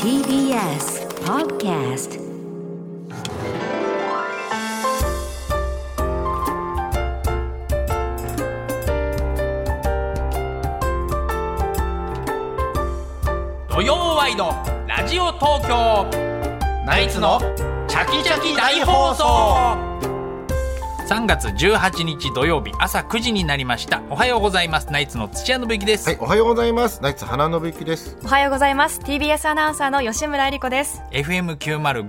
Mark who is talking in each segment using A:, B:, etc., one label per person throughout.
A: TBS Podcast
B: 土曜ワイドラジオ東京ナイツのチャキチャキ大放送3月18日土曜日朝9時になりましたおはようございますナイツの土屋信之です、
C: はい、おはようございます。ナイツ花信之です。
D: おはようございます。TBS アナウンサーの吉村恵里子です。
B: FM905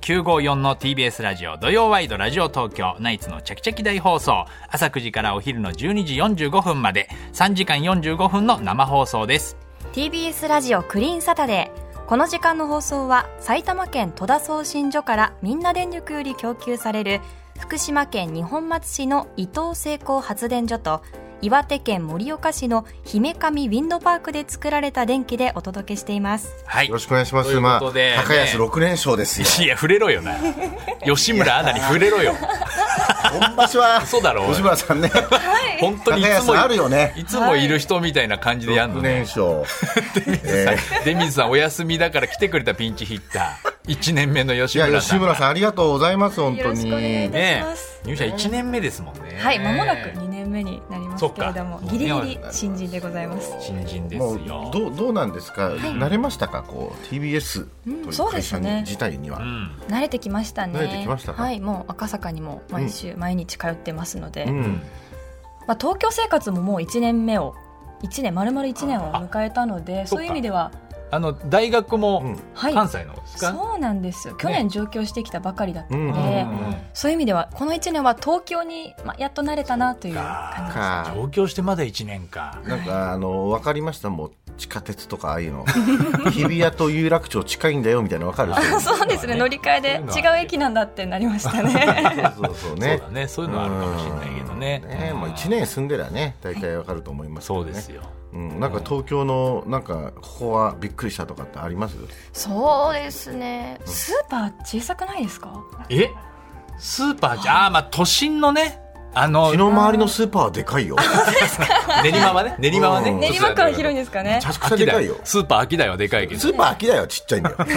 B: AM954 の TBS ラジオ土曜ワイドラジオ東京ナイツのチャキチャキ大放送朝9時からお昼の12時45分まで3時間45分の生放送です
D: TBS ラジオクリーンサタデー。この時間の放送は埼玉県戸田送信所からみんな電力より供給される福島県二本松市の伊東成功発電所と岩手県盛岡市の姫上ウィンドパークで作られた電気でお届けしています。
B: はい
C: よろしくお願いしま
B: とい
C: す。
B: う
C: ま
B: こ
C: あ、
B: と
C: 高
B: でね
C: 安六連勝ですよ。
B: いや触れろよ な吉村アナに触れろよ
C: 今場 所は、
B: 嘘だろおい
C: 吉村さんね、
B: 本当
C: 高
B: にいつ
C: 安
B: も
C: あるよね。
B: いつもいる人みたいな感じでやんの
C: 六
B: ね。
C: 連勝。 え
B: デミズさんお休みだから来てくれたピンチヒッター。1年目の
C: ーい
B: 吉
C: や、
B: 村さ
C: 吉
B: ん。
C: 村さんありがとうございます、本当に。
D: よろしくお願いいたします
B: ね
D: ます
B: え入社1年目ですもんね。
D: はい、まもなく2年目になりますけれども
B: そっ、か
D: ギリギリ新人でございます。
B: 新人です
C: もう
B: よ。
C: どうどうなんですか、慣れましたか、こう TBS という
D: そうで
C: 会
D: す
C: 社
D: ね
C: に、自体には、
B: うん。
D: 慣れてきましたね
C: 慣れてきましたか
D: はいもう赤坂にも毎週毎日通ってますので、
C: うん
D: まあ、東京生活ももう1年目を1年丸々1年を迎えたので
B: そっか
D: そういう意味では
B: あの、大学
C: う
B: も
C: ん
D: はい
B: 関西の方ですか、
D: そうなんです去年上京してきたばかりだった
C: う
D: の
C: ん
D: で、そういう意味ではこの1年は東京に、まあ、やっと慣れたなという感じです
C: か
B: 上京してまだ1年か。
C: なんかあの分かりましたもう地下鉄とかああいうの日比谷と有楽町近いんだよみたいなの分かるそういう
D: あ
C: の
D: そうですね乗り換えで
B: そういうのは
D: 違う駅なんだってなりましたね
C: そうそうそう
B: そう
C: ね
B: だね。そういうのはあるかもしれないけどね。
C: うんねもう1年住んでりゃね大体わかると思いますけ
B: そ
C: ど
B: う
C: ね
B: ですよ。
C: うん、なんか東京のなんかここはびっくりしたとかってあります
D: そうですねスーパー小さくないですか
B: えスーパーじゃ、あーまあ都心のね、あの
C: 血、の周りのスーパーはでかいよ
B: 練馬は ね、練馬はね。
C: うん
D: 練馬区は広いんですかね
C: めちゃくちゃ
B: 秋
C: で
B: だ
C: かいよ
B: スーパー秋だよはでかいけど
C: スーパー秋だよちっちゃいん だよあの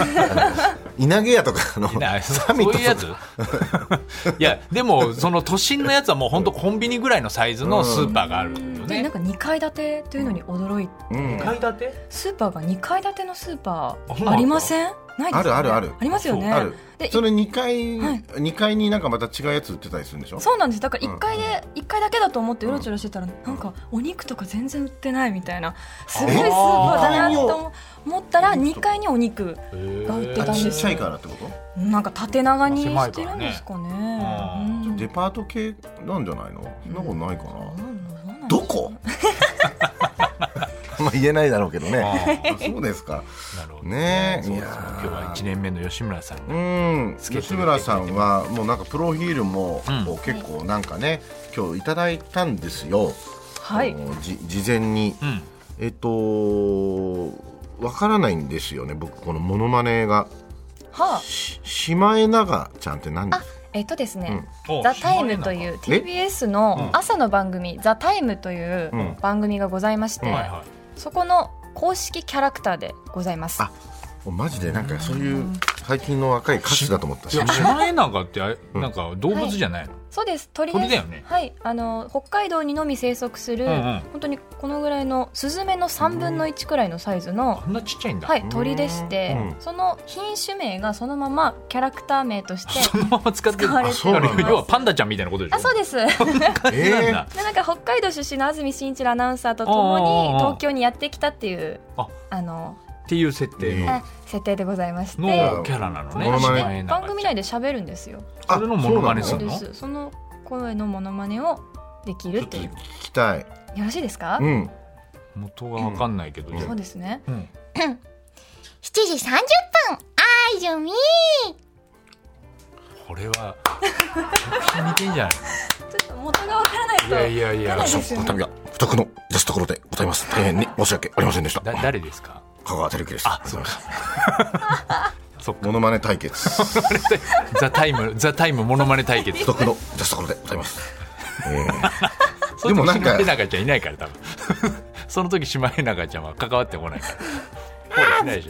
C: 稲毛屋とかの
B: なそ
C: サミット
B: そういうや
C: と
B: つ
C: か
B: いやでもその都心のやつはもう本当コンビニぐらいのサイズのスーパーがあるよ
D: で
B: ね、
D: なんか2階建てというのに驚いて、
C: うん
B: 階建て
D: スーパーが2階建てのスーパ
B: あそうなん
D: ー
B: だ
D: ありませんないで
C: あ
D: すよね
C: るあるある
D: ありますよね
C: ある
D: で
C: それ2階、
D: はい
C: 二階になんかまた違うやつ売ってたりするんでしょ
D: そうなんですだから1階で、
C: うん
D: 1階だけだと思ってうろちょろしてたら、なんかお肉とか全然売ってないみたいなすごいスーパーだなと思ったら2階にお肉が売ってたん
C: あちっ
D: で
C: ち
D: す
C: ゃ
D: よ
C: いからってこと、
D: なんか縦長にしてるんですかね
B: らね
D: うん
C: デパート系なんじゃないのそんなことないかな、
D: うん
C: ど こまあ言えないだろうけどね
B: あ
C: あそうですか
B: ーなるほど
C: ねえ
B: そうですよ
C: いや
B: 今
C: ー
B: 日は1年目の吉村さん
C: う
B: が
C: ん、
B: つけて
C: 吉村さんはもうなんかプロフィールも
B: うん
C: こう結構なんかね、今日いただいたんですよ、
D: はい
C: あのじ事前に、
B: うん
C: えっとわからないんですよね僕このモノマネが
D: はあ
C: しシマエナガちゃんって何ですか
D: えっとですね、
B: お
D: ザ・タイムとい
C: え
D: う TBS の朝の番組、ザ・タイムという
C: うん
D: 番組がございまして、
B: はいは
D: そこの公式キャラクターでございます。
C: あもうマジでなんかそういう最近の若い歌手だと思った
B: いいやシマエナガってあれなんか動物じゃないの、
D: そうです鳥です
B: 鳥だよね
D: はいあの北海道にのみ生息する、
B: うんうん
D: 本当にこのぐらいのスズメの3分の1くらいのサイズの、
B: あんなちっちゃいんだ、
D: はい、鳥でして、
C: うん
D: その品種名がそのままキャラクター名として
B: そのまま使ってる
D: 使われて
C: そうなんだ
B: あれ要はパンダちゃんみたいなことでしょ
D: あそうですで
B: 感じなんだ、
C: えー
D: なんか北海道出身の安住紳一郎アナウンサーとと
B: おうおうお
D: も
B: う
D: に東京にやってきたっていう
B: あ
D: あの、
B: っていう設定
C: うん
D: あ設定でございまして、
B: のキャラなのね
C: モノマネ
B: シマエ
D: で
B: ナガ
D: 番組内で喋るんですよ
C: あ
B: それのモノマネす
C: そう
B: る
C: な
D: で
B: の
D: すその声のモノマネをでき
C: ち
D: る
C: ょっ
D: と
C: と
D: いう
C: 聞きたい
D: よろしいですか、
C: うん
B: 元がわかんないけど、じゃあ
D: そうですね
B: うん
E: 7時30分あーゆみ
B: これは似てんじゃ
D: ちょっと元がわからないと
B: ないいやいやいや
D: そうですよね
C: お民が不徳の出すところでございます大変に申し訳ありませんでした
B: だ誰ですか
C: 香川照之です
B: あそうか そっか
C: モノマネ 対決
B: ザ・タイムザ・タイムモノマネ対 決
C: 不徳の出すところでございます、え
B: でも
C: も
B: な
C: なんん
B: か
C: か
B: シマエナガちゃんいないから多分その時シマエナガちゃんは関わってこないからしないでし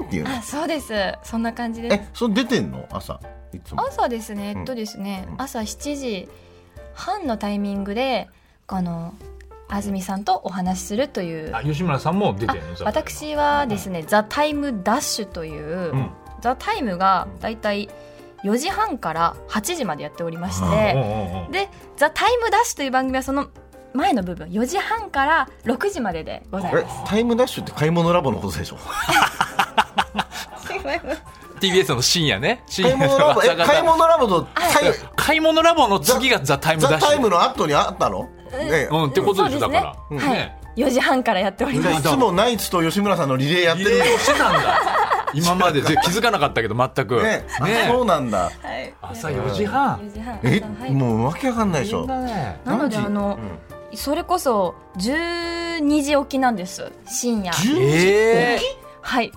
B: ょ
C: っていうの
D: あそうですそんな感じです
C: えそれ出てんの朝いつも
D: 朝ですね
C: うん
D: えっとですね、
C: うん
D: 朝7時半のタイミングであの安住さんとお話しするという
B: あ吉村さんも出てるの
D: 私はですね「ザタイムダッシュという、
B: うん
D: ザタイムがだいたい4時半から8時までやっておりまし
B: うんう
D: て
B: んうん
D: で「ザタイムダッシュという番組はその前の部分4時半から6時まででござい
C: え
D: ます。
C: タイムダッシュって買い物ラボのことで しょ
B: TBS の深夜ね深
C: 買い
B: 夜
C: 物ラボえ買い物ラボとタイ
B: 買い物ラボの次がザ・タイム
C: ザ
B: ダッシュ
C: タイムの後にあったのね
B: うんってことでしょだ
D: そうですね
B: から、
D: はい
B: ね
D: 4時半からやっており
C: じ
D: ま
C: ゃあい
D: す。
C: つもナイツと吉村さんのリレーやって
B: リ
C: る
B: レーを してたんだ今までぜ気づかなかったけど全く
C: ねあそうなんだ
D: はい、
B: 朝4時半
D: 4時半
C: え
D: 朝はい
C: もうわけわかんないでしょ
B: 大変だね
D: なので
C: 何時
D: あの
C: うん
D: それこそ12時起きなんです深夜
B: えー
D: はい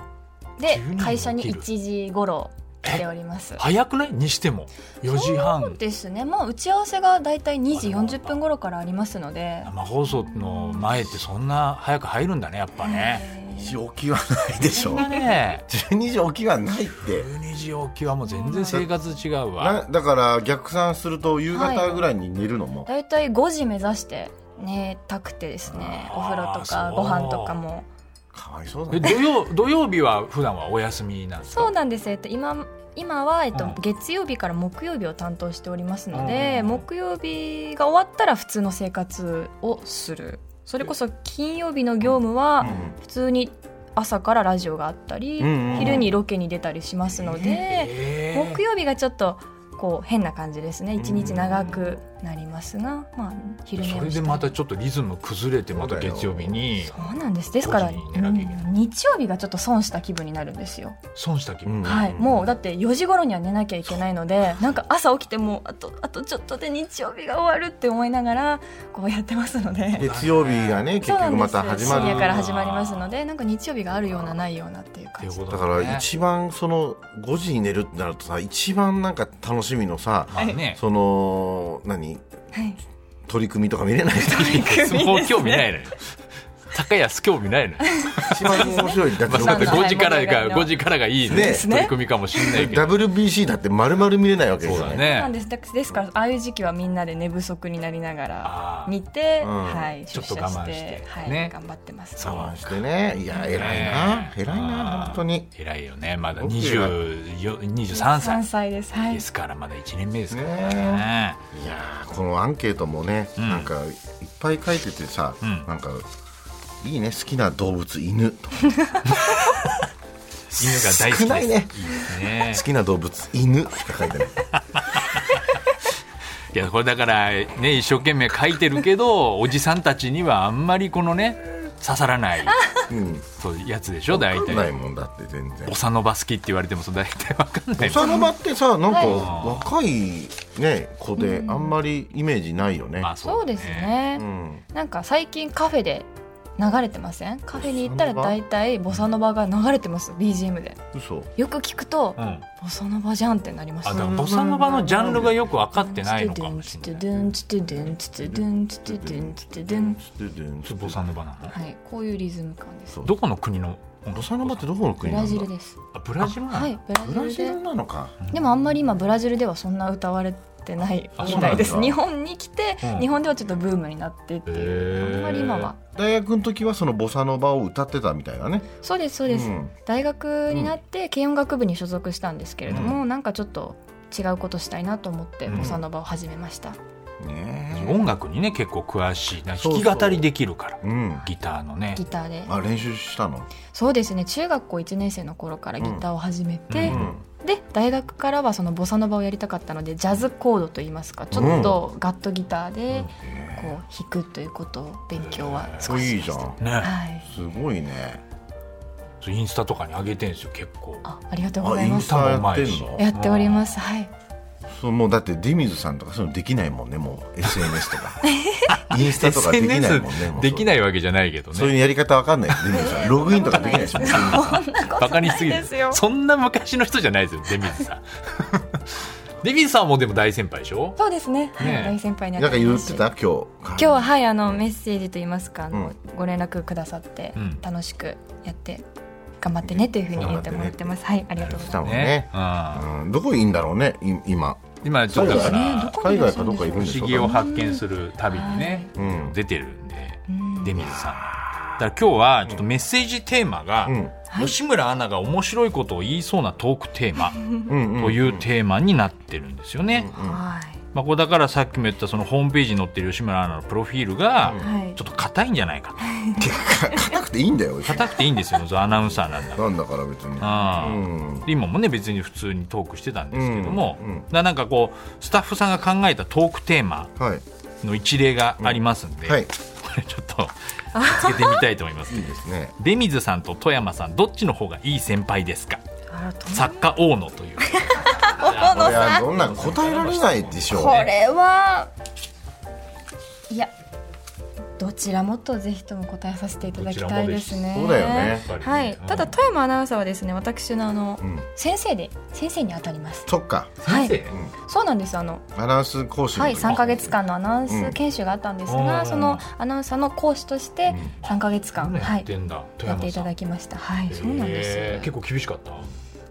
D: で
B: 12時
D: 会社に
B: 起きる
D: 1時頃来ております
B: 早くないにしても4時
D: そう
B: 半
D: ですねまあ打ち合わせがだいたい2時40分頃からありますので
B: 生放送の前ってそんな早く入るんだねやっぱね
C: 12時起きはないで しょ
B: ね
C: 12時起きはないって
B: 12時起きはもう全然生活違うわ
C: なだから逆算すると夕方ぐらいに寝るのも、
D: だいたい5時目指して寝たくてですねお風呂と
B: あ
D: か
B: ー
D: ご飯とかも
C: かわいそうだ
B: え
C: ね
B: 土曜土曜日は普段はお休みなんですか
D: そうなんですえっと今今は、えっと
B: うん
D: 月曜日から木曜日を担当しておりますの
B: う
D: で、
B: んうんうん
D: 木曜日が終わったら普通の生活をするそれこそ金曜日の業務は、
C: うん
D: 普通に朝からラジオがあったり、
C: うんうんうん
D: 昼にロケに出たりしますので、
B: えー
D: 木曜日がちょっとこう変な感じですね一日長くなりますが、まあ、昼寝
B: そ
D: を
B: れ
D: し
B: で
D: て
B: またちょっとリズム崩れてまた
C: そうだよ
B: 月曜日に
D: そうなんですですか
B: 5
D: ら、
B: 時に寝なきゃいけない
D: うん日曜日がちょっと損した気分になるんですよ、
B: 損した気分、
C: うん
D: はい、もうだって4時頃には寝なきゃいけないのでなんか朝起きてもうあとあとちょっとで日曜日が終わるって思いながらこうやってますので。
C: 月曜日がね結
D: そうな
C: 局
D: んで
C: ますた始ま
D: 深
C: る
D: 夜から始まりますのでなんか日曜日があるようなないようなっていう感じ
B: っていうこと
C: だから一番その5時に寝るってなるとさ一番なんか楽しみのさ
B: まあ ね
C: その何
D: はい
C: 取り組みとか見れない
B: もう興味ないのよ高安興味ないのよ
C: 一番面白いだって
B: まあ、だって
D: そ
B: 5
D: うなんだ
B: 時から
D: はい
B: が
D: 物
B: 5
D: 以
B: 時からがいい、
C: ね
B: ね、取り組みかもしれないけど
C: WBC だって丸々見れないわけで
B: そ
C: す
B: う
C: よ
B: だ
C: ね
D: なん
B: ね
D: ですだですからああいう時期はみんなで寝不足になりなが
B: あ
D: ら
B: ー
D: 見て、
C: うん
D: はい、
B: ちょ
D: 出
B: っと
D: 社
B: 我慢
D: し
B: して
D: てはい
B: ね
D: 頑張ってます
B: そう
C: 我慢してねいや偉いな
B: ね
C: 偉いな本当に
B: 偉いよねまだ
C: 僕ら
B: 24 23歳
D: 三歳ですはい
B: ですからまだ1年目ですからね
C: いやーこのアンケートもね
B: うん
C: なんかいっぱい書いててさ
B: うん
C: なんかいいね好きな動物犬とか
B: 犬が大好きです
C: 少ないね
B: いいね
C: 好きな動物犬しか書いてない
B: いやこれだからね一生懸命書いてるけどおじさんたちにはあんまりこのね刺さらない
C: うん
B: そうやつでしょ大
C: わかんな
B: 体
C: いもんだって全然
B: ボサノバ好きって言われてもそう大体わかんない
C: おさのばってさなんか若いね子であんまりイメージないよね、
B: まあ
D: そうですね
C: う、ん、
D: なんか最近カフェで流れてませんカフェに行ったら大体ボサノバが流れてます BGM で
C: 嘘
D: よく聞くと、
B: うん
D: ボサノバじゃんってなりま
B: あ
D: す
B: だからボサノバのジャンルがよく分かってないのかもしれない。それボサノバなの
D: はいこういうリズム感です
B: どこの国の音楽
C: ボサノバってどこの
D: ブ
C: 国な
D: ラ
C: んだ
D: ジルです
B: あブラジルなの、
D: はいブラジ
C: ブラ
D: ル
C: ジ
D: で
C: ルなのか
D: でもあんまり今ブラジルではそんな歌われてない
B: あ
D: みたいで
C: そ
D: す
C: うなんだ
D: 日本に来て、
B: うん
D: 日本ではちょっとブームになってっていう、
B: へー
D: あんまり今は
C: 大学の時はそのボサノバを歌ってたみたいなね
D: そうですそうです、
C: うん
D: 大学になって軽音楽部に所属したんですけれども、なんかちょっと違うことしたいなと思って
B: うん
D: ボサノバを始めました、
C: ね
B: 音楽にね結構詳しいな
C: そう
B: 弾
C: そう
B: き語りできるから
C: えうん
B: ギターのね
D: ギターで
C: あ練習したの
D: そうですね中学校1年生の頃からギターを始めて、
B: うん
D: で大学からはそのボサノバをやりたかったのでジャズコードといいますかちょっとガットギターでこう弾くということを勉強は
C: すご
D: 少
C: い
D: し
C: いい
D: まし
C: じゃん
D: た
B: ね
D: はい
C: すごいね
B: そうインスタとかに上げてんですよ結構
D: あありがとうご
C: あ
D: ざ
C: イ
D: いま
C: ン
D: す
C: スタやって
B: 歌もうまい
C: んの
B: し
D: やっておりますはい
C: そうもうだってディミズさんとかそういうのできないもんねもう SNS とかインスタとかできないもんねもう
B: できないわけじゃないけど
C: そういう
B: ね
C: やり方わかんないデミズさんログインとかできないでしょ
B: バカにしすぎ
D: ないですよ
B: るそんな昔の人じゃないですよデミズ さんデミズさんもでも大先輩でしょ
D: そうですねはい
B: ねえ
D: 大先輩に
C: な
D: あ
C: んか
D: り
C: 言
D: ま
C: っ
D: す
C: てた今日今
D: 今日ははいあのメッセージといいますかあの、
C: う
D: ご連絡くださって
B: うん
D: 楽しくやって頑張ってねというふうに
C: 頑張っ
D: 言ってて
C: ね
D: もらってます。はい、ありがとうございま
C: も
D: す。
C: んね
B: ね。うん
C: うん、どこいいんだろうねい今
B: 今ちょっとだか
D: ね
B: ら
D: どこに
C: 海
D: いら
C: 外
D: っしゃ
C: か
D: る
C: ど
D: ん
C: っかいる
B: 不
C: んでしょ
B: 思
C: う
B: 議を発見する旅にね
C: うん
B: 出てるんで
D: うん
B: 出水さんだから今日はちょっとメッセージテーマが
C: うん
B: 吉村アナが面白いことを言いそうなトークテーマ
C: うんうん
B: というテーマになってるんですよね。
D: はい。
B: まあ、これだからさっきも言ったそのホームページに載ってる吉村アナのプロフィールが
D: はい
B: ちょっと硬いんじゃないかと
C: 硬くていいんだよ別に
B: 硬くていいんですよそのアナウンサーなんだか
C: なんだから別に
B: ら。うん
C: うん
B: で今もね別に普通にトークしてたんですけども、
C: うんうん
B: だからなんかこうスタッフさんが考えたトークテーマ
C: はい
B: の一例がありますんで、
C: はいいい
B: これちょっとつけてみたいと思います
C: ですね
B: 出水さんと富山さんどっちの方がいい先輩ですか
D: あら、とも
B: 作家大野という
C: これはどんなん答えられないでしょう
E: これは、いや、
D: どちらもとぜひとも答えさせていただきたいですね。
C: どちらもですそうだよね
D: はい。ただ富山アナウンサーはですね、私のあの、
C: うん
D: 先生で先生に当たります。
C: そっか
D: はい
B: 先
D: そうなんです。あの
C: アナウンス講師の
D: はい、
C: 時
D: 3か月間のアナウンス研修があったんですが、
B: うん
D: そのアナウンサーの講師として3か月間、
B: 生
D: は
B: やっ
D: い、
B: てんだ、富
D: やっ
B: 山
D: てい
B: さ
D: た
B: ん
D: だきました。はい、そうなん
B: へ
D: で
B: ー
D: す
B: 結構厳しかった
D: よ。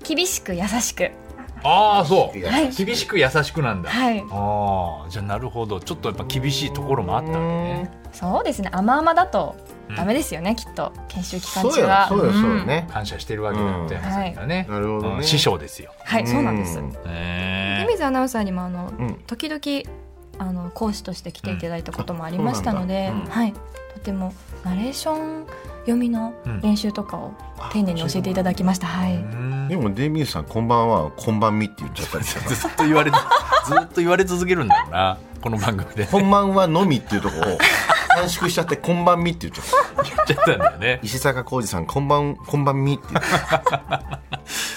D: 厳しく優しく、
B: ああそう、
D: はい
B: 厳しく優しくなんだ、
D: はい
B: ああじゃあなるほどちょっとやっぱ厳しいところもあったんでね
D: そうですね。甘々だとダメですよね、きっと研修期間
C: そう
D: 中
C: よ
D: は。
C: そうよそうよ
D: ん
C: ね
B: 感謝してるわけだよ
C: うん
B: 富山さんがね,う、
C: なんるほどね
B: 師匠ですよ
D: はい、そうなんです。
C: う
B: へー
D: 清水アナウンサーにもあの、
C: うん
D: 時々あの講師として来ていただいたこともありましたので、
C: うんあそうなんだ
D: はい、とてもナレーション読みの練習とかを丁寧に教えていただきました。はい。
B: うん
C: でもデミウスさんこんばんはこんばんみって言っちゃったりしたから
B: ずっと言われずっと言われ続けるんだよなこの番組 で
C: こんばんはのみっていうとこを短縮しちゃってこんばんみって言っちゃった
B: 言っちゃったんだよね
C: 石坂浩二さんこんばんこんばんみって言って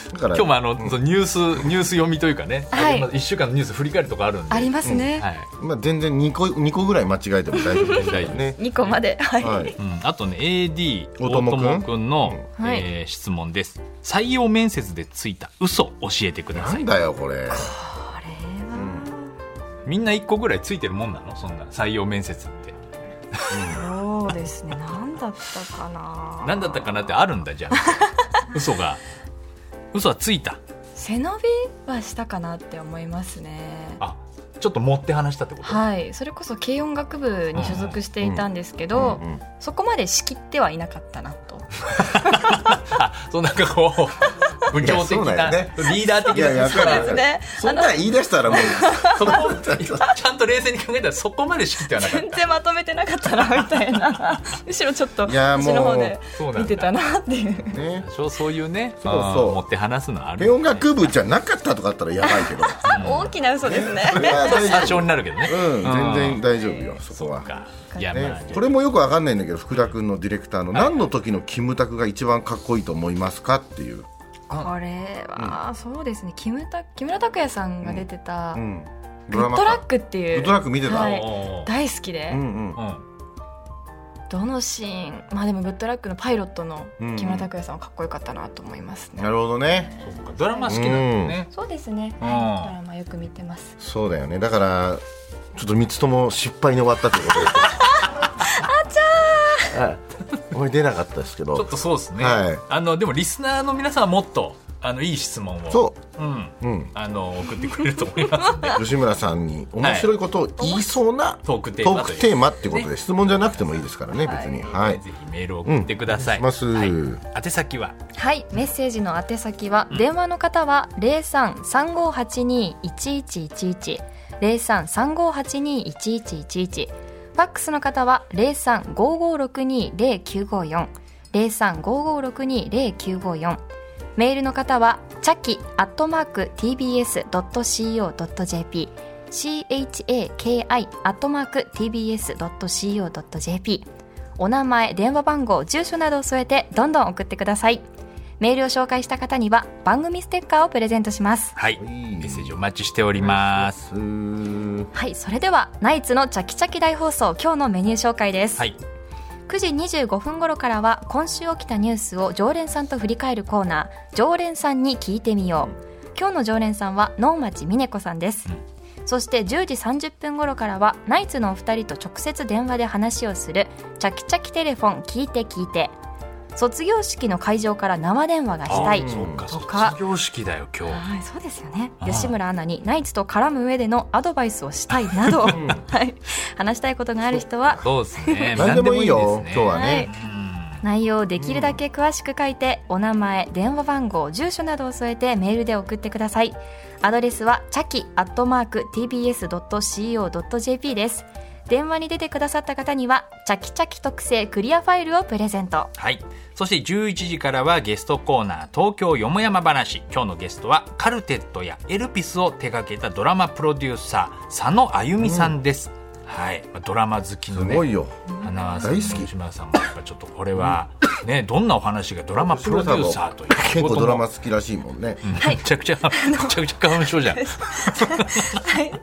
C: だから
B: 今日もあの、そのニュースニュース読みというかね、
D: はい
B: まあ一週間のニュース振り返るとかあるんで
D: ありますね。
B: はい
C: まあ、全然2個二個ぐらい間違えても大丈夫です
B: 大丈夫
C: ね。
D: 2個まで、はい、
C: はい、
B: うん、あとね AD
C: 大友君
B: 大友君の、
D: はい
B: えー質問です採用面接でついた嘘教えてくだ
C: な
B: さい
C: んだよこれ。
D: あれは
B: みんな一個ぐらいついてるもんなのそんな採用面接って
D: そうですね何だったかな
B: 何だったかなってあるんだじゃあ嘘が嘘はついた
D: 背伸びはしたかなって思いますね
B: あちょっと持って話したってこと、
D: はいそれこそ軽音楽部に所属していたんですけど、
C: うんうん
D: そこまで仕切ってはいなかったなと
B: あそうなんかこう部長
C: いや
B: 的
C: そうだ
B: な、
C: よね
B: リーダー
C: い
B: 的
C: やい
B: な
C: や
B: そこま
C: そう
B: で
C: です
D: ね
C: そんなん言い出したらもう
B: そこまでちゃんと冷静に考えたらそこまで知ってはなかっ
D: 全然まとめてなかったなみたいな むしろちょっと
C: いやもう
D: 私の方で
B: そうなんだ
D: 見てたなっていう
C: ね
B: た。。そうそういうね
C: そうそう
B: うん持って話すのある
C: 軽
B: よ
C: 音
B: ね
C: 楽部じゃなかったとかあったらやばいけど。
D: 大きな嘘ですね
C: それは
B: 参
C: 大丈
B: 照になるけどね、
C: 夫。うん、全然
B: 丈
C: 大丈夫よそこ
B: そう
C: は。
B: かいやまあ、
C: ね、これもよくわかんないんだけど福田君のディレクターの何の時のキムタクが一番かっこいいと思いますかっていう、
D: これは、そうですね木村拓木村拓哉さんが出てた
C: う
D: 「
C: ん、
D: グッドラッ
C: か
D: ク」っていう
C: グッドラック見てた、
D: はい
B: おー
D: 大好きで、
C: うんうん
B: うん
D: どのシーンまあでも「グッドラック」のパイロットの
C: うんうん
D: 木村拓哉さんはかっこよかったなと思いますね、
C: なるほどね
B: そうかドラマ好きなんだよね、
D: そうですね、
B: うん
D: はいドラマよく見てます
C: そうだよねだからちょっと3つとも失敗に終わったってことですあちゃー俺出なかったですけ
B: ちょっ
C: ど
B: とそうですね、
C: はい
B: あのでもリスナーの皆さんはもっとあのいい質問を、
C: そう
B: ん、
C: う、うん、
B: あの送ってくれると思い ますんで
C: 吉村さんに面白いことを言いそうな
B: トークテー
C: ト
B: マ
C: ー
B: とい
C: ク
B: う
C: テーマってことで質問じゃなくてもいいですからね
D: はい
C: 別にはい
B: ぜひメールを送ってください、
C: うんお願いします
B: はい、宛先は
D: はいメッセージの宛先は、電話の方は0335821111 0335821111ファックスの方は0355620954 0355620954メールの方はチャキアットマーク tbs.co.jp chaki アットマーク tbs.co.jp お名前電話番号住所などを添えてどんどん送ってくださいメールを紹介した方には番組ステッカーをプレゼントします
B: はいメッセージお待ちしております
C: うー
D: はいそれではナイツのチャキチャキ大放送今日のメニュー紹介です、
B: はい
D: 9時25分頃からは今週起きたニュースを常連さんと振り返るコーナー常連さんに聞いてみよう今日の常連さんは能町美奈子さんです、そして10時30分頃からはナイツのお二人と直接電話で話をするチャキチャキテレフォン聞いて聞いて卒業式の会場から生電話がしたい
B: あそっか
D: とか
B: 卒業式だよ今日
D: はい、そうですよね
B: ああ
D: 吉村アナにナイツと絡む上でのアドバイスを したいなど、はい、話したいことがある人は
B: そうですね
C: 何でもいいよ
B: 何でも
C: 今日
B: いい
C: はね、
D: 内容をできるだけ詳しく書いて、お名前電話番号住所などを添えてメールで送ってくださいアドレスはチャキアットマーク TBS.CO.jp です電話に出てくださった方にはチャキチャキ特製クリアファイルをプレゼント
B: はいそして11時からはゲストコーナー「東京よもやま話」今日のゲストはカルテットやエルピスを手掛けたドラマプロデューサー佐野あゆみさんです、はいまあドラマ好きの
C: すご
B: ね
C: いよ
B: 花輪さん
C: 大
B: も
C: 好き
B: 吉村さんもやっぱちょっとこれはねどんなお話がドラマプロデューサーという
C: 結構ドラマ
B: 仕
C: 好きらしいもんね、
B: 事もめちゃくちゃめちゃくちゃ花粉症じゃん
D: はい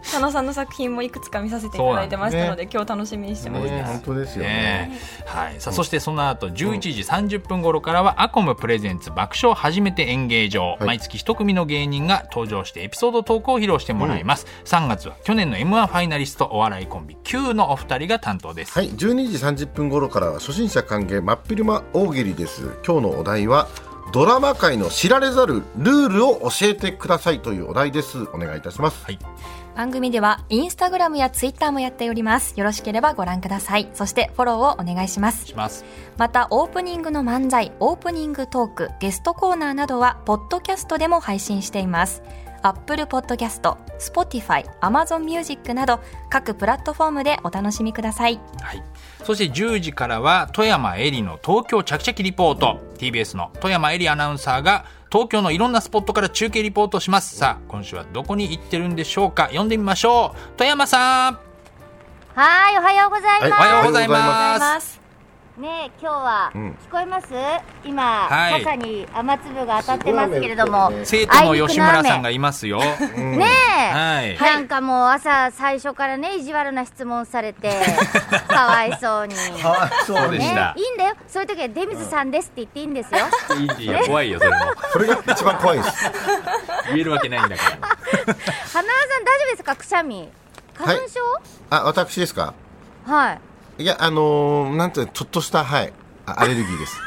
D: 佐野さんの作品もいくつか見させてい
B: ただいてま
C: したので
D: 今日楽しみにして
C: ね本当ですよね
B: ねはい、さあそしてその後11時30分頃からはアコムプレゼンツ爆笑初めて演芸場、
C: い
B: 毎月一組の芸人が登場してエピソードトークを披露してもらいます、3月は去年の m 1ファイナリストお笑いコンビ Q のお二人が担当です、
C: はい、12時30分頃からは初心者歓迎真っ昼間大喜利です今日のお題はドラマ界の知られざるルールを教えてくださいというお題ですお願いいたします、
B: はい
D: 番組ではインスタグラムやツイッターもやっておりますよろしければご覧くださいそしてフォローをお願いします
B: します
D: またオープニングの漫才オープニングトークゲストコーナーなどはポッドキャストでも配信していますアップルポッドキャスト Spotify、Amazon Music など各プラットフォームでお楽しみください
B: はい、そして10時からは富山えりの東京ちゃきちゃきリポート TBS の富山えりアナウンサーが東京のいろんなスポットから中継リポートしますさあ今週はどこに行ってるんでしょうか呼んでみましょう富山さん
E: はーい、おはようございます。
B: おはようござい
C: おは
B: ます
D: す
E: ねえ、今日は、
C: うん
E: 聞こえます今、
B: はい
E: 傘に雨粒が当たってますけれども。
C: すごい雨降ってるね
B: 生徒の吉村さんがいますよ。
E: ねえ、
B: はい。
E: なんかもう朝最初からね、意地悪な質問され て、かわいそうに。
C: かわいそう
B: で
C: に
B: し
E: ね
B: た、
E: いいんだよ。そういう時は出水さんですって言っていいんですよ。
B: いや怖いよそれも
C: それが一番怖いです
B: 言えるわけないんだから。
E: 花輪さん大丈夫ですかくしゃみ。花粉症
C: あ私ですか
E: はい。
C: いやあのー、なんてちょっとしたはいあアレルギーです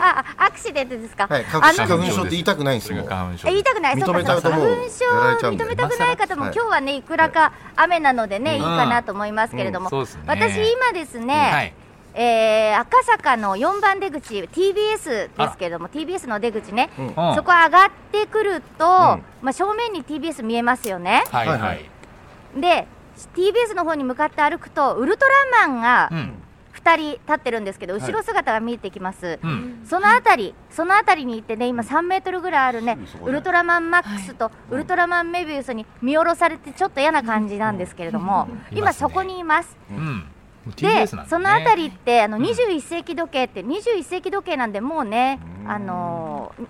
E: あ、あアクシデントですか。
C: はい
E: あ
C: 花粉
E: の
C: 花粉症って言いたくないんです
B: そ
C: よ
B: れが花粉症
E: え言い
B: で
E: た
B: す。
E: くない、そうか
C: 認めた
E: そ
C: い
E: うか
C: と思うやられちゃ
E: 花
C: う
E: 粉
C: んだ
E: 症
C: よ
E: 認めたくない方も、
C: はい
E: 今日はね、いくらか雨なのでね、
C: うん
E: いいかなと思いますけれども、
B: うんそうですね
E: 私、今ですね、
B: はい。
E: えー赤坂の4番出口、TBS ですけれども、TBS の出口ね、
C: うん
B: うん
E: そこ上がってくると、
C: ん
E: まあ、正面に TBS 見えますよね、
B: はい
C: は
B: はいい。
E: で、TBS の方に向かって歩くと、ウルトラマンが
B: うん
E: 2人立ってるんですけど、後ろ姿が見えてきます。
B: うん。
E: そのあたり、そのあたりに行ってね、今3メートルぐらいあるね
C: そ、こ
E: ウ
C: だよ
E: ルトラマンマックスとウルトラマンメビウスに見下ろされて、ちょっと嫌な感じなんですけれども、
B: うん
E: 今そこにいます。
B: うん。
E: で、
B: TBS なんだね
E: そのあたりって、あの21世紀時計って、21世紀時計なんで、もうね、あのー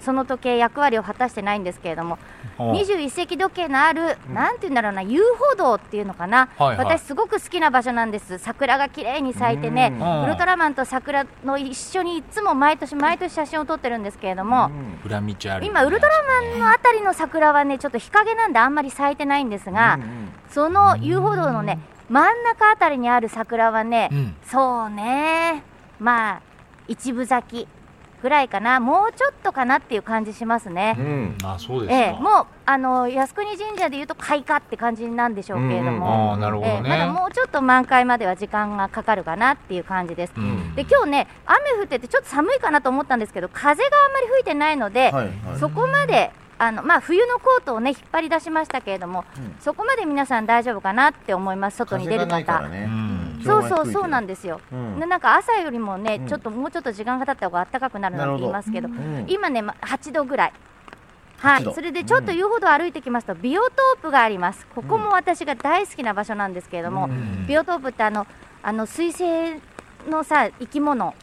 E: その時計役割を果たしてないんですけれども、
B: お
E: 21世紀時計のある、なんていうんだろうな、遊歩道っていうのかな、
B: はいはい
E: 私、すごく好きな場所なんです、桜が綺麗に咲いてね、
B: うん
E: ウルトラマンと桜の一緒にいつも毎年毎年写真を撮ってるんですけれども、
B: 裏道ある。
E: 今、ウルトラマンのあたりの桜はね、ちょっと日陰なんであんまり咲いてないんですが、その遊歩道のね、真ん中あたりにある桜はね、
B: うん
E: そうね、まあ、一部咲きぐらいかな、もうちょっとかなっていう感じしますね。
C: うん
B: あ、そうです
E: ええ、
B: か。
E: もうあの靖国神社でいうと開花って感じなんでしょうけれど
C: うん
E: も、
B: ああ、なるほ
E: え
B: ど
E: えまだ
B: ね。
E: もうちょっと満開までは時間がかかるかなっていう感じです。
B: うん。
E: で今日ね、雨降っててちょっと寒いかなと思ったんですけど、風があんまり吹いてないので、
C: はいはい
E: そこまであの、まあ、冬のコートを、ね、引っ張り出しましたけれども、そこまで皆さん大丈夫かなって思います、外に出る
C: 風がないから
E: 方。
B: う
C: ね
B: ん。
E: そうそうそうなん
C: で
E: ですよ、
C: うん
E: でなんか朝よりもね、
C: うん
E: ちょっともうちょっと時間が経った方が暖かくなるなんて言いますけど、
C: ほどうん
E: 今ね、ま8度ぐらい、は
C: 8度
E: い、それでちょっと遊歩道歩いてきますと、ビオトープがあります、ここも私が大好きな場所なんですけれども、
B: ん
E: ビオトープってあの、あの水生のさ、生き物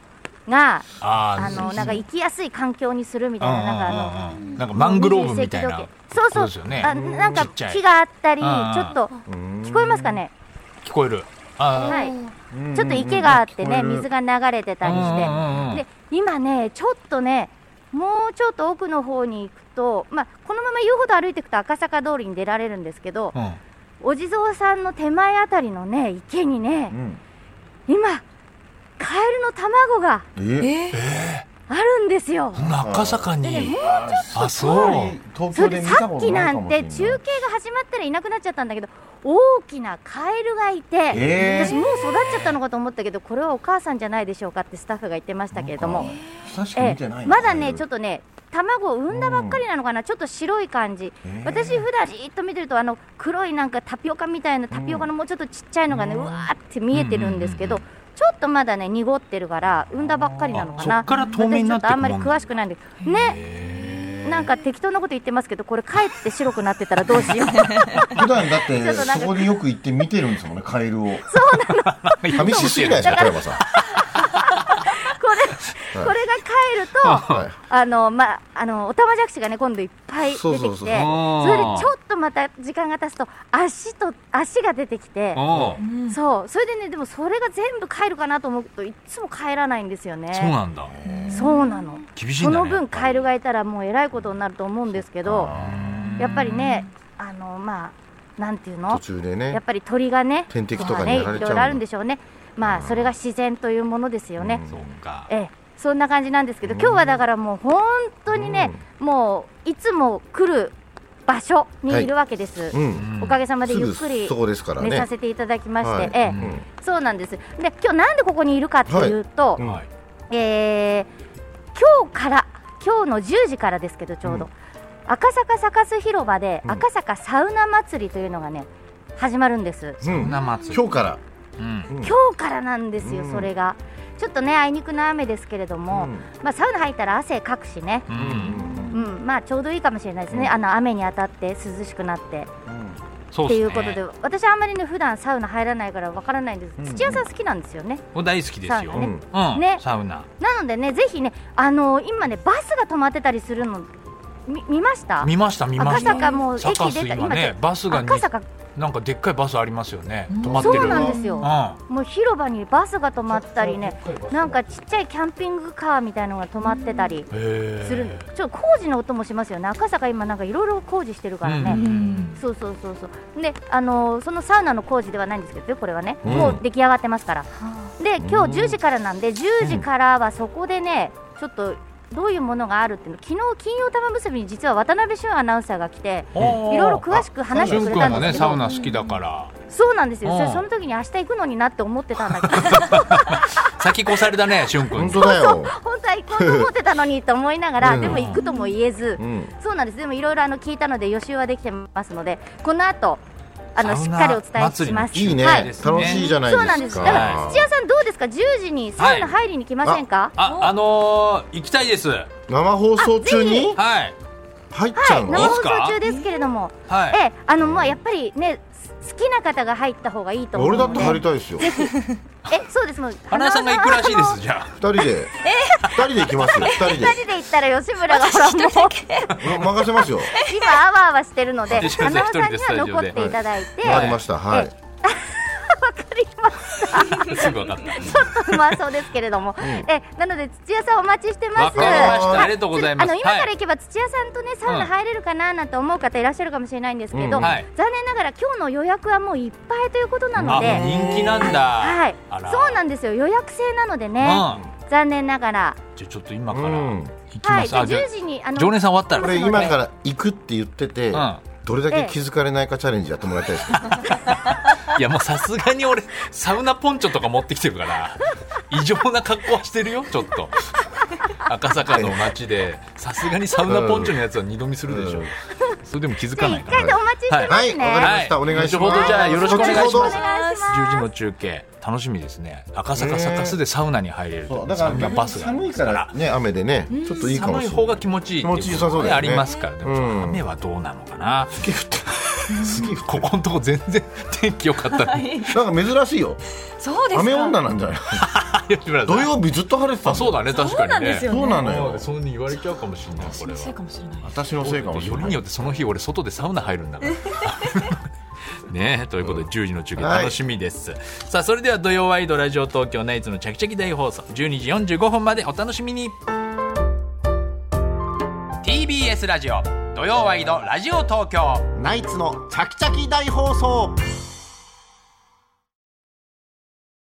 E: が、
B: あ
E: あ
B: あ、
E: のなんか生きやすい環境にするみたいな、なんかあの。
B: うんうんうんなんかマングローブみたいな。
E: そうそう
B: ことですよね
E: あなんか
B: ちっちゃい
E: 木があったりちょ
B: ああ
E: っと聞こえますかね、
B: 聞こえる。あ
E: はい、
C: うん
E: ちょっと池があってね
C: 聞こえる
E: 水が流れてたり
B: うんうんうん
E: してで今ねちょっとねもうちょっと奥の方に行くと、まあ、このまま遊歩道歩いていくと赤坂通りに出られるんですけど
B: あ。うん。
E: お地蔵さんの手前あたりのね池にね
C: うん
E: 今カエルの卵が
C: え
E: あるんですよ。
B: 中坂に。あ、
C: は
B: そ。
C: いう東
E: そ
C: 京
E: れ
C: で
E: で
C: 見
E: さ
C: たこ
E: っ
C: と
E: き
C: な
E: ない
C: かも
E: ん
C: しれ
E: て
C: ない
E: 中継が始まったらいなくなっちゃったんだけど大きなカエルがいて、
C: えー
E: 私もう育っちゃったのかと思ったけどこれはお母さんじゃないでしょうかってスタッフが言ってましたけれども、
C: 久しく
E: え
C: 見てない
E: まだねちょっ
C: と
E: とね卵を産んだばっかりなのかな、ちょっと白い感じ、
C: えー
E: 私普段じーっと見てるとあの黒いなんかタピオカみたいなタピオカのもうちょっとちっちゃいのがね、うわーって見えてるんですけど、ちょっとまだね濁ってるから産んだばっかりなのかな
B: あそっから透明になっ
E: 私ちょ
B: てく
E: っとあ
B: もん
E: んま
B: なん
E: り
B: だ
E: 詳しくないんでねなんか適当なこと言ってますけどこれ帰って白くなってたらどうしよう
C: 普段だって
E: ちょっとなんか
C: そこによく行って見てるんですもんねカエルをそうなの寂しすぎないですか小山さん
E: これ、これが帰ると、
C: はい
E: あの、まあ、あの、おたまじゃくしがね、今度いっぱい出てきて、
C: そ
E: そう
C: そうそう
E: れでち
B: あー
E: ょっとまた時間が経つと、足と、足が出てきて、
B: ああ、
E: そう、それでね、でもそれが全部帰るかなと思うと、いつも帰らないんですよね。
B: そうなんだ。
E: そうなの。
B: 厳しい
E: そ
B: んだ
E: の
B: ね。
E: 分、カエルがいたら、もうえらいことになると思うんですけど、やっぱりね、あの、まあ、なんていうの
C: 途中で
E: や
C: ね
E: っぱり鳥がね、
C: 天敵と
E: ま
C: か
E: あ
C: に
E: ね、い
C: やら
E: ろ
C: れ
E: い
C: ちゃう
E: ろあるんで
C: し
E: しょうね。まあ、それが自然というものですよね。
B: そうか。
E: ええ、そんな感じなんですけど、今日はだからもう本当にね、もういつも来る場所にいるわけです。
C: う
B: うんん
E: おかげさまでゆっく
C: す
E: り
C: ぐそこですからね
E: 寝させていただきまして、
C: はい
E: ええ
C: うん
E: そうなんです。で、今日なんでここにいるかっていうと、
C: うん
B: はい。
E: えー今日から今日の10時からですけどちょうど、
C: うん
E: 赤坂サカス広場で
C: うん
E: 赤坂サウナ祭りというのがね始まるんです。
C: うん
B: 生祭り。
C: 今日から
B: うん。
C: う
E: 今
C: ん
E: 日からなんですよ、
C: うん
E: それが。ちょっとね、あいにくの雨ですけれども、まあ、サウナ入ったら汗かくしね、
B: う
C: うん
B: ん。
E: うんまあ、ちょうどいいかもしれないですね、
C: うん
E: あの雨に当たって涼しくなって
C: うん
B: そう
E: って
B: す
E: い
B: ね
E: うことで、私はあんまりね、普段サウナ入らないからわからないんです、
C: うん
E: 土屋さん好きなんですよね。
B: お大好きですよ。
E: サウナ
B: う
E: ね。
B: んうん
E: ね
B: サウナ。
E: なのでね、ぜひね、あのー今ね、バスが止まってたりするの、み見ました
B: 見ました見ま
E: 赤
B: した。
E: 坂もう駅
B: 坂
E: 出
B: 水
E: た、今
B: は
E: ちょ
B: ね、バスがに
E: 赤坂、
B: なんかでっかいバスありますよね。止まって
E: そ
B: る。
E: うなんです
B: う
E: よ、
B: ん。
E: もう広場にバスが止まったりね、なんかちっちゃいキャンピングカーみたいのが止まってたり。
B: へー
E: するんですちょっと工事の音もしますよね、赤坂、今、なんかいろいろ工事してるからね、
B: うんうん
E: そうそうそうそうで、あのーそのサウナの工事ではないんですけどねこれはね、
C: うん
E: もう出来上がってますからで今日10時からなんで10時からはそこでねちょっとどういうものがあるっていうの昨日金曜玉結びに実は渡辺俊アナウンサーが来て
B: いろ
E: いろいろ詳しく話して
B: 俊
E: くれ
B: 君
E: たんですけ
B: がね
E: ど
B: サウナ好きだから
E: そうなんですよ
B: うん
E: そその時に明日行くのになって思ってたんだけど
B: 先越されたね俊君
C: 本当だよ
E: 本当は行こうと思ってたのにと思いながら、
C: うん
E: でも行くとも言えず、
C: うん
E: そうなんですでもいろいろあの聞いたので予習はできてますのでこの後あの
B: サ
E: し
B: ウ
E: っ
B: ナ
E: かりお伝えします
B: 祭り
C: いいね
E: はい
B: ですね
C: 楽しいじゃない
E: そうなん
C: で
E: ですす。だから
C: か
E: 土屋さんどうですか？10時にサウナ入りに来ませんか？
B: ああのー行きたいですは
C: 生放送中に
B: い
C: 入っちゃ
E: は
C: う
E: い、
C: の
E: 生
B: どう
E: 放
B: す
E: 送
B: か
E: 中ですけれども、
B: はい
E: ええ、あのまあやっぱりねす好きな方が入った方がいいと思う
C: 俺だ
E: の
C: っ
E: で。
C: て入りたいですよ。二
E: え、そうですもう。
B: 花さんが行くらしいで
E: あ
B: す
E: の。
B: じゃあ
C: 人 で。二人で行きますよ。二人で
E: 二。人で行ったら吉村がほらもう
C: うん任せますよ。
E: 今あわあわしてるので、
B: 吉
E: 花
B: 村さん
E: 輪さん
B: 一人で
E: に
B: スタジオ
E: は
B: で
E: 残っていた だいて、
C: わ
B: は
C: か
B: い
C: りました。はい。
B: すぐ分かった
E: ちょっとう まそうですけれども、え、なので土屋さんお待ちして
B: わ
E: ま
B: か
E: す。
B: りまし
C: はい
B: たありがとうございます
E: あの今か
B: は
E: ら
B: い
E: 行けば土屋さんとねサウナ入れるかななんて思う方いらっしゃるかもしれないんですけど、
C: うん
B: はい
E: 残念ながら今日の予約はもういっぱいということなの
B: あ
E: で、
B: 人気なんだ
E: はい、
B: あら
E: そうなんですよ予約制なのでね、
B: うん
E: 残念ながら、
B: じゃあちょっと今か
C: う
B: ら行
C: ん
B: き
E: は
B: ま
E: い、
B: す
E: じゃ
B: あ
E: あ
B: じゃ
E: 10時にあ
B: あ
E: の
B: 常連さん終わった
C: こ
B: ら
C: れ今から行くって言ってて
B: うん、
C: どれだけ気づかれないかチャレンジやってもらいたいですね。
B: いやもうさすがに俺サウナポンチョとか持ってきてるから異常な格好はしてるよちょっと赤坂の街でさすがにサウナポンチョのやつは二度見するでしょ
C: うん
B: それでも気づか
E: じゃあ
B: ない
E: 一
B: かな
E: 回でお待ちしてま
C: は
E: す
C: い、
E: ね。
C: わかりました。
B: は
C: お
B: い
C: 願いし
B: 後ほど
C: ます。
B: じゃあよろしくお願いします
C: 後
E: お
C: ほど
E: 願いし
B: 10時
E: ま
B: の中継楽しみですね赤坂サカスでサウナに入れると、
C: そうだ
B: サウ
C: か
B: ナ
C: ら
B: バスがあり
C: 寒
B: ま
C: い
B: す
C: からね雨でねちょっといいかも
B: 寒
C: し
B: い
C: れな
B: 方
C: い。
B: が気持ちいいっていう
C: 気持ちよさそうだよね
B: ありますからでも
C: うん
B: 雨はどうなのかな、
C: 雪降って
B: ここのとこ全然天気良かったの に
C: なんか珍しいよ。
F: そうですか
C: 雨女なんじゃない？
B: 吉村さ
C: 土
B: ん
C: 曜日ずっと晴れてた
B: あ
C: の。
B: そうだね確
F: そうな
B: か
F: ん
B: に
F: で
B: ね
F: すよね
C: そうなのよ。
B: そうに言われちゃうかもしれないこれは
F: そうかもしれない
C: 私のせいかもし
B: よ
C: れ
B: り
C: な
B: によっ。
C: い
B: てその日俺外でサウナ入るんだから ねえということで10時の中継
C: はい
B: 楽しみです、さあそれでは土曜ワイドラジオ東京ナイツのチャキチャキ大放送12時45分までお楽しみに TBS ラジオ土曜ワイドラジオ東京
G: ナイツのチャキチャキ大放送